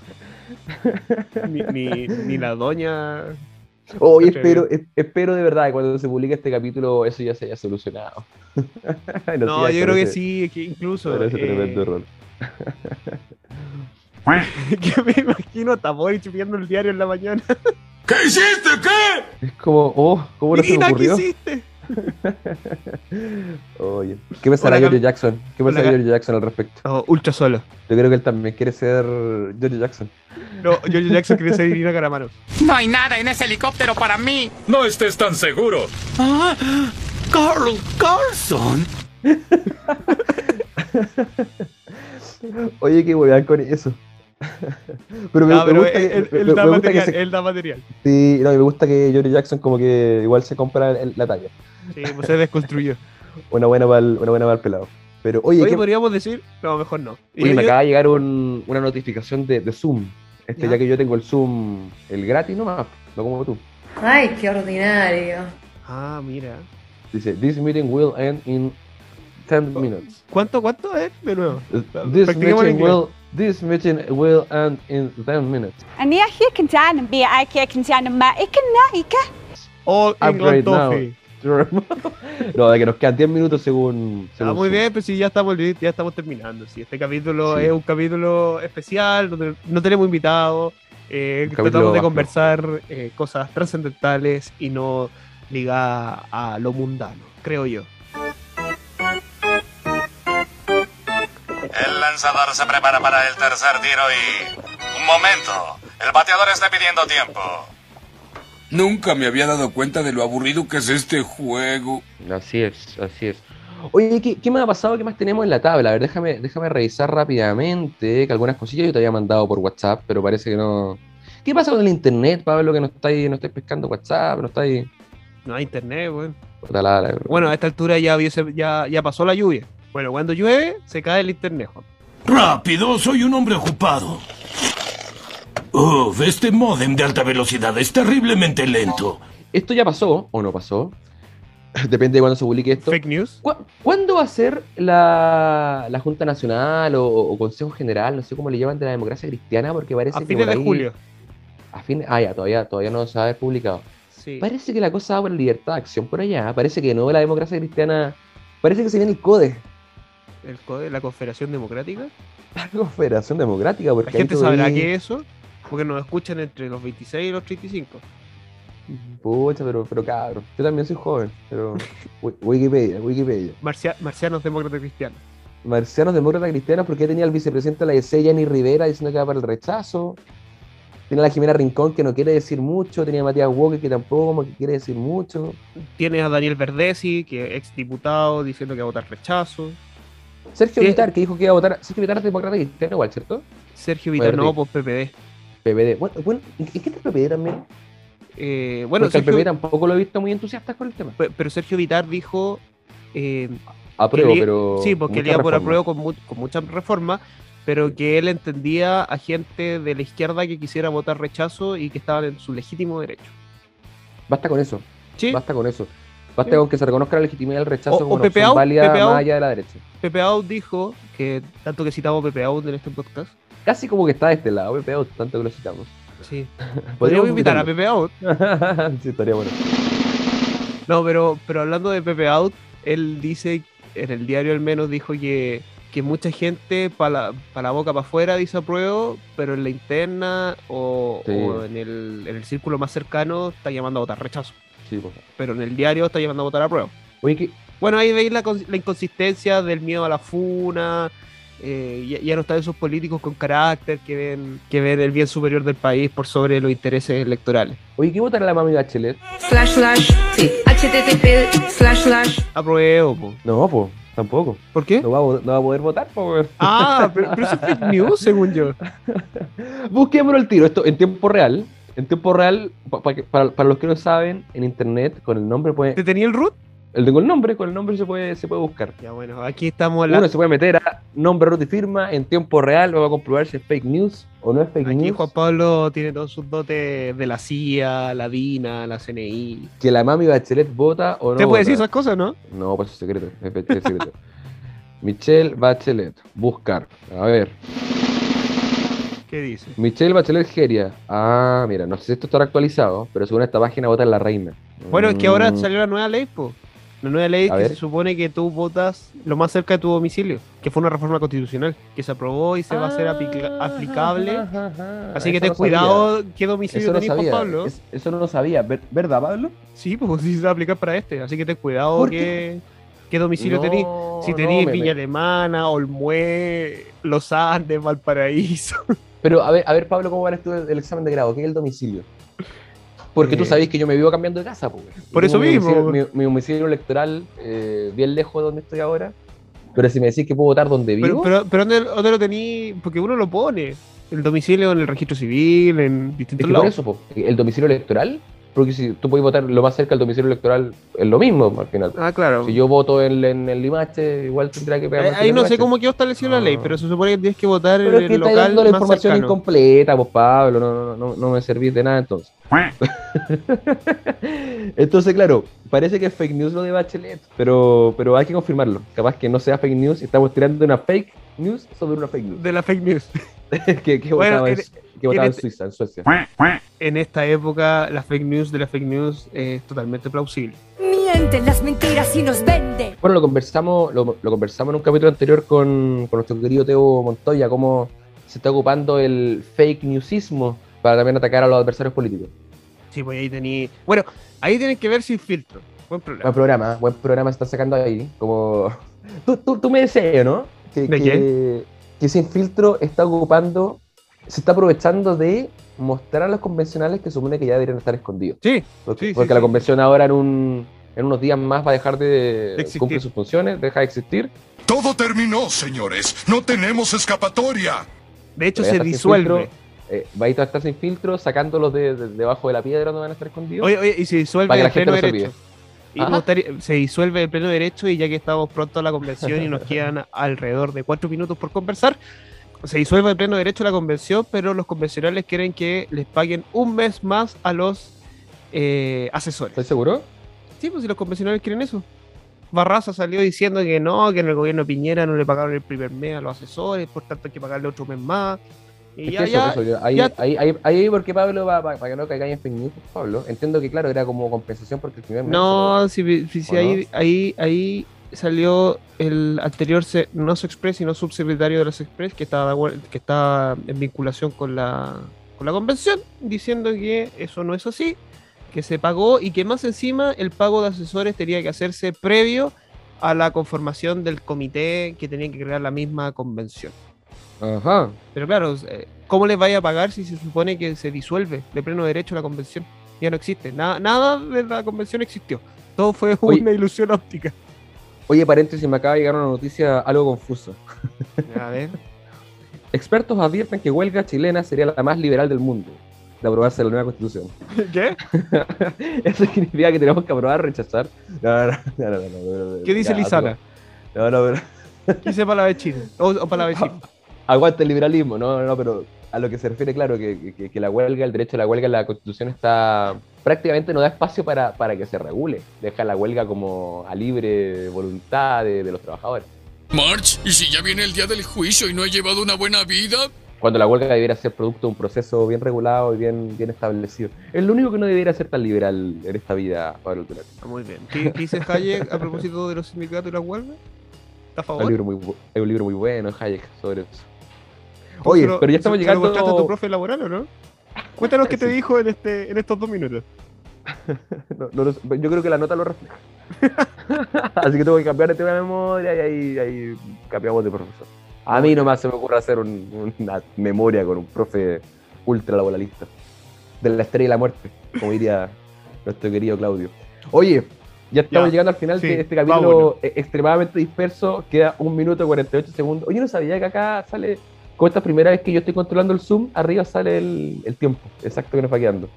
B: Ni, ni- ni la doña
C: Oye,
B: Escucha
C: espero, es- espero de verdad que cuando se publique este capítulo eso ya se haya solucionado.
B: No, yo creo que
C: parece-
B: sí, que incluso.
C: parece
B: eh,
C: tremendo error.
B: que me imagino a Taboy chupiendo el diario en la mañana.
J: ¿Qué hiciste? ¿Qué?
C: Es como, oh, ¿cómo no se me
B: Mira, ¿qué
C: ocurrió?
B: hiciste?
C: Oye, ¿qué pensará
B: Hola,
C: George
B: Cam-
C: Jackson? ¿Qué
B: Hola,
C: pensará
B: Cam-
C: George Jackson al respecto?
B: ultra solo.
C: Yo creo que él también quiere ser George Jackson.
B: No, George Jackson quería ser Irina Caramano.
L: No hay nada en ese helicóptero para mí. No estés tan seguro. Carl Carlson.
C: Oye, qué huevón con eso. pero me,
B: No,
C: me
B: pero
C: gusta
B: él,
C: que,
B: él-
C: me-
B: él
C: me
B: da
C: gusta que
B: material,
C: se-
B: él da material.
C: sí, no, me gusta que George Jackson como que igual se compra el- la talla.
B: Sí, pues se desconstruyó.
C: Una buena para el, una buena para el pelado. Pero oye,
B: Oye,
C: ¿qué-
B: podríamos decir, no, mejor no.
C: oye,
B: Yo-
C: me
B: yo-
C: acaba de llegar un- una notificación de, de Zoom. Este,
N: Ya.
C: ya que yo tengo el Zoom, el gratis nomás, no como tú.
N: Ay, qué ordinario.
B: Ah, mira.
C: Dice, this meeting will end in
B: Oh.
C: 10 minutes.
B: ¿Cuánto, cuánto es? De nuevo.
C: This
B: Practiquemos el
C: meeting,
B: inglés.
C: will, this meeting will end in 10 minutes.
O: أنا هي كنت عن بي أي كي كنت عن ما إكنا إيكا
B: All Oh, England
C: Upgrade now.
B: Toffee.
C: No, de que nos quedan 10 minutos según. según
B: Ah, muy
C: Zoom.
B: bien, pero si ya estamos, li- ya estamos terminando. Si este capítulo
C: Sí.
B: es un capítulo especial, donde no tenemos invitados, eh,
C: Un capítulo
B: tratamos de
C: más
B: conversar eh, cosas trascendentales y no ligadas a lo mundano, creo yo.
D: El lanzador se prepara para el tercer tiro y... Un momento, el bateador está pidiendo tiempo.
P: Nunca me había dado cuenta de lo aburrido que es este juego.
C: Así es, así es. Oye, ¿qué, qué más ha pasado? ¿Qué más tenemos en la tabla? A ver, déjame, déjame revisar rápidamente que algunas cosillas yo te había mandado por WhatsApp, pero parece que no. ¿Qué pasa con el internet, Pablo? Que no estáis, no estáis pescando WhatsApp, no estáis.
B: No hay internet, weón.
C: Puta la- la-
B: Bueno, a esta altura ya, hubiese- ya, ya pasó la lluvia. Bueno, cuando llueve, se cae el internet, Juan.
Q: Rápido, soy un hombre ocupado. Uf, este modem de alta velocidad es terriblemente lento.
C: Esto ya pasó, o no pasó. Depende de cuándo se publique esto.
B: Fake news.
C: ¿Cuándo va a ser la, la Junta Nacional o, o Consejo General, no sé cómo le llaman, de la democracia cristiana? Porque parece
B: A
C: que
B: fines
C: por
B: de
C: ahí-
B: julio.
C: A fin, ah, ya, todavía, todavía no se ha publicado.
B: Sí.
C: Parece que la cosa va por libertad de acción por allá. Parece que no la democracia cristiana. Parece que se viene el CODE,
B: El CODE, la Confederación Democrática.
C: la Confederación Democrática. Porque
B: La
C: ahí
B: gente sabrá
C: todavía-
B: qué es eso, porque nos escuchan entre los 26 y los 35.
C: Pucha, pero, pero cabrón. Yo también soy joven, pero. Wi- Wikipedia, Wikipedia.
B: Marcia- marcianos demócratas cristianos.
C: Marcianos demócratas cristianos, porque tenía al vicepresidente de la DC, Jenny Rivera, diciendo que va para el rechazo. Tiene a la Jimena Rincón, que no quiere decir mucho. Tenía a Matías Walker, que tampoco como que quiere decir mucho.
B: Tienes a Daniel Verdesi, que es exdiputado, diciendo que va a votar rechazo.
C: Sergio
B: Sí.
C: Vitar, que dijo que iba a votar. Sergio Vitar es demócrata cristiano, igual, ¿cierto?
B: Sergio Vitar,
C: Verde.
B: no, pues PPD.
C: PPD. Bueno, bueno, ¿en qué está el PPD también?
B: Eh, bueno,
C: Porque al
B: Sergio-
C: PPD tampoco lo he visto muy entusiasta con el tema.
B: Pe- Pero Sergio Vitar dijo. eh,
C: Apruebo,
B: que él i-
C: pero
B: Sí, porque él
C: Oh, mucha
B: iba por
C: reforma.
B: apruebo con, mu- con mucha reforma, pero que él entendía a gente de la izquierda que quisiera votar rechazo y que estaban en su legítimo derecho.
C: Basta con eso. Basta con eso. Basta
B: Sí.
C: con que se reconozca la legitimidad del rechazo
B: O- o
C: como una opción
B: PPAU,
C: válida
B: PPAU.
C: más allá de la derecha.
B: Pepe Out dijo, que tanto que citamos a Pepe Out en este podcast,
C: Casi como que está de este lado, PPAU, tanto que lo citamos.
B: sí. Podríamos invitar a Pepe Out.
C: invitarlo. sí, estaría bueno.
B: No, pero, pero hablando de Pepe Out, él dice, en el diario al menos, dijo que, que mucha gente para la, pa' la boca para afuera dice apruebo, pero en la interna o,
C: Sí.
B: o en, el, en el círculo más cercano está llamando a votar rechazo.
C: Sí, pues.
B: Pero en el diario está llamando a votar apruebo.
C: Oye, que
B: Bueno, ahí veis la, cons- la inconsistencia del miedo a la funa. eh, ya, ya no están esos políticos con carácter que ven, que ven el bien superior del país por sobre los intereses electorales.
C: Oye, ¿qué votará la mami Bachelet?
N: Slash, slash, sí. HTTP, slash, slash.
B: Apruebo, po.
C: No, pues, tampoco.
B: ¿Por qué?
C: No va, a vo- no va a poder votar, pues.
B: Ah, pero, pero eso es fake news, según yo.
C: Busquémoslo el tiro, esto en tiempo real. En tiempo real, pa- pa- que- para, para los que no saben, en internet, con el nombre puede. ¿Te
B: tenía el root?
C: El, tengo el nombre, con el nombre se puede, se puede buscar.
B: Ya bueno, aquí estamos
C: Uno se puede meter a nombre, root y firma en tiempo real, vamos a comprobar si es fake news o no es fake
B: Aquí
C: news.
B: Juan Pablo tiene todos sus dotes de la CIA, la DINA, la CNI.
C: Que la mami Bachelet vota o no.
B: Usted puede
C: vota.
B: decir esas cosas, ¿no?
C: No, pues es secreto. Es, fe- es secreto. Michelle Bachelet, buscar. A ver.
B: ¿Qué dice?
C: Michelle Bachelet Geria. Ah, mira, no sé si esto estará actualizado, pero según esta página vota en la reina.
B: Bueno, es que ahora
C: Mm,
B: salió la nueva ley, po. La nueva ley
C: A
B: que
C: ver.
B: se supone que tú votas lo más cerca de tu domicilio, que fue una reforma constitucional que se aprobó y se va a hacer aplica- aplicable.
C: Ah, ajá, ajá.
B: Así que
C: Eso
B: ten
C: no sabía.
B: cuidado qué domicilio
C: Eso no
B: tenés, Juan
C: sabía,
B: Pablo.
C: es- eso no lo sabía, Ver- ¿verdad, Pablo?
B: Sí, pues sí se va a aplicar para este. Así que ten cuidado
C: ¿Por
B: qué, qué domicilio
C: No,
B: tenés. Si
C: no,
B: tenés
C: me-
B: Viña
C: me-
B: Alemana, Olmué, Los Andes, Valparaíso.
C: Pero a ver, a ver Pablo, ¿cómo van tú el, el examen de grado? ¿Qué es el domicilio? Porque tú
B: Eh.
C: sabés que yo me vivo cambiando de casa, pues.
B: Por eso
C: mi
B: mismo,
C: Domicilio, mi, mi domicilio electoral, eh, bien lejos de donde estoy ahora. Pero si me decís que puedo votar donde vivo.
B: Pero, pero, pero ¿dónde, dónde lo tenís? Porque uno lo pone. El domicilio en el registro civil, en
C: Es
B: distintos
C: que por
B: lados.
C: eso, po, el domicilio electoral, porque si tú puedes votar lo más cerca del domicilio electoral, es lo mismo al final.
B: Ah, claro.
C: Si yo voto en, en el Limache, igual tendrá que pegar.
B: Eh, Ahí no sé cómo quedó establecida la ley, pero se supone que tienes que votar
C: Pero
B: en
C: es que
B: el
C: estáis
B: local
C: dando la
B: más
C: información
B: cercano.
C: incompleta, pues Pablo, no, no, no, no me servís de nada entonces. entonces, claro, parece que es fake news lo de Bachelet, pero, pero hay que confirmarlo. Capaz que no sea fake news, estamos tirando una fake news sobre una fake news.
B: De la fake news.
C: que, que
B: Bueno,
C: votaba en,
B: en- e-
C: que votaba
B: en-
C: en
B: este
C: Suiza, en Suecia.
B: En esta época, la fake news de la fake news es totalmente plausible.
R: Mienten las mentiras y nos venden.
C: Bueno, lo conversamos, lo, lo conversamos en un capítulo anterior con, con nuestro querido Teo Montoya, cómo se está ocupando el fake newsismo para también atacar a los adversarios políticos.
B: Sí, pues ahí tení. Bueno, ahí tienen que ver sin filtro. Buen problema.
C: Buen programa, ¿eh? buen programa se está sacando ahí. Como tú, tú, tú me deseas, ¿no? Que,
B: ¿De
C: que-
B: qué?
C: que Sin Filtro está ocupando, se está aprovechando de mostrar a los convencionales que supone que ya deberían estar escondidos.
B: Sí.
C: Porque,
B: sí,
C: porque
B: sí.
C: la convención ahora en un- en unos días más va a dejar de,
J: existir.
C: cumplir sus funciones, deja de existir.
J: Todo terminó, señores. No tenemos escapatoria.
B: De hecho,
C: Vaya a
B: se
C: estar sin
B: disuelve.
C: filtro, eh, va a estar sin filtro, sacándolos de, de- debajo de la piedra donde van a estar escondidos.
B: Oye, oye, y se disuelve
C: para que
B: en
C: la gente
B: pleno
C: no se
B: derecho.
C: olvide.
B: Y me gustaría- se disuelve de pleno derecho y ya que estamos pronto a la convención y nos quedan alrededor de cuatro minutos por conversar, se disuelve de pleno derecho la convención, pero los convencionales quieren que les paguen un mes más a los eh, asesores.
C: ¿Estás seguro?
B: Sí, pues si los convencionales quieren eso. Barraza salió diciendo que no, que en el gobierno de Piñera no le pagaron el primer mes a los asesores, por tanto hay que pagarle otro mes más. Y
C: Es
B: ya,
C: que eso,
B: ya,
C: eso, yo- ahí,
B: ya-
C: ahí, ahí, ahí porque Pablo, va- para, para que no caiga en fake news, Pablo, entiendo que claro, era como compensación porque el primer mes-
B: No, si, si, si
C: ¿O
B: ahí, ahí, ahí salió el anterior se- no se Express, sino subsecretario de las Express, que estaba, de acuer- que estaba en vinculación con la, con la convención, diciendo que eso no es así, que se pagó y que más encima el pago de asesores tenía que hacerse previo a la conformación del comité que tenía que crear la misma convención.
C: Ajá.
B: Pero claro, eh, ¿cómo les vaya a pagar si se supone que se disuelve de pleno derecho la convención? Ya no existe. Nada, nada de la convención existió. Todo fue
C: Oye.
B: una ilusión óptica.
C: Oye, paréntesis, me acaba de llegar una noticia algo confusa.
B: A ver.
C: Expertos advierten que huelga chilena sería la más liberal del mundo de aprobarse la nueva constitución.
B: ¿Qué?
C: Eso significa que tenemos que aprobar, rechazar. No, no, no, no, no, no, no, no.
B: ¿Qué dice
C: Ya,
B: Lizana?
C: No, no, pero
B: ¿Qué dice para la Chile? O, o para la Chile.
C: aguante el liberalismo, no, no, no, pero a lo que se refiere, claro, que, que- que la huelga, el derecho a la huelga en la constitución está prácticamente no da espacio para, para que se regule, deja la huelga como a libre voluntad de, de los trabajadores.
L: March, ¿y si ya viene el día del juicio y no he llevado una buena vida?
C: Cuando la huelga debiera ser producto de un proceso bien regulado y bien, bien establecido. Es lo único que no debiera ser tan liberal en esta vida, Pablo Turati.
B: Muy bien. ¿Qué, qué dice Hayek a propósito de los sindicatos y la huelga? ¿Está a
C: Es un
B: favor?
C: libro muy, bu- es un libro muy bueno, Hayek, sobre eso.
B: ¿Tú
C: Oye,
B: se lo-
C: pero ya
B: se-
C: estamos
B: se lo mostraste a tu
C: llegando.
B: profe laboral o no? Cuéntanos qué te dijo en, este, en estos dos minutos.
C: No, no lo sé, yo creo que la nota lo refleja. Así que tengo que cambiar de tema de memoria y ahí, ahí cambiamos de profesor. A mí nomás se me ocurre hacer un- una memoria con un profe ultra laboralista. De la estrella de la muerte, como diría nuestro querido Claudio. Oye, ya estamos
B: Ya,
C: llegando al final
B: sí,
C: de este capítulo
B: vámonos.
C: e- extremadamente disperso. Queda un minuto 48 segundos. Oye, no sabía que acá sale, con esta primera vez que yo estoy controlando el Zoom, arriba sale el, el tiempo exacto que nos va quedando.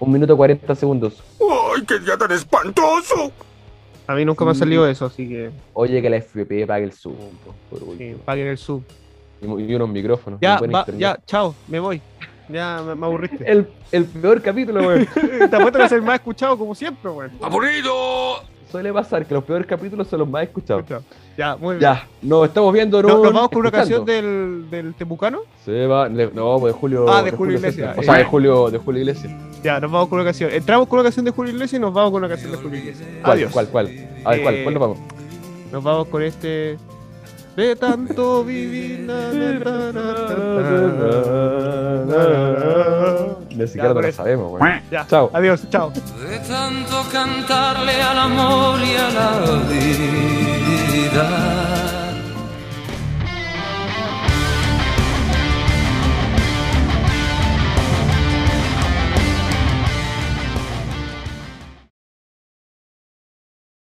C: Un minuto 40 segundos.
Q: ¡Ay, qué día tan espantoso!
B: A mí nunca me ha
C: Sí.
B: salido eso, así que eh,
C: Oye, que la FP pague el Zoom, po, por último.
B: paguen el sub.
C: Y mu- y unos micrófonos.
B: Ya,
C: un buen
B: va-
C: internet.
B: ya, chao, me voy. Ya me, me aburriste.
C: El, el peor capítulo, weón.
B: Te apuesto que es el más escuchado como siempre, weón.
C: ¡Aburrido! Suele pasar que los peores capítulos son los más escuchados.
B: Ya, muy bien.
C: Ya, nos estamos viendo.
B: No,
C: Nos
B: nos vamos con una canción del, del Temucano.
C: Se va, le- no, pues de Julio.
B: Ah, de Julio Iglesias.
C: César. O sea, de
B: Ya.
C: Julio, de Julio Iglesias.
B: Ya, nos vamos con una canción. Entramos con una canción de Julio Iglesias y nos vamos con una canción de Julio Iglesias.
C: ¿Cuál,
B: Adiós.
C: cuál, cuál? A ver, ¿cuál, cuál nos vamos?
B: Nos vamos con este. De tanto vivir. na, na, na, na, na, na.
C: Ni siquiera
B: con
C: lo
B: eso.
C: sabemos, weón.
B: Ya.
C: Chao.
B: Adiós, chao.
S: De tanto cantarle al amor y a la vida.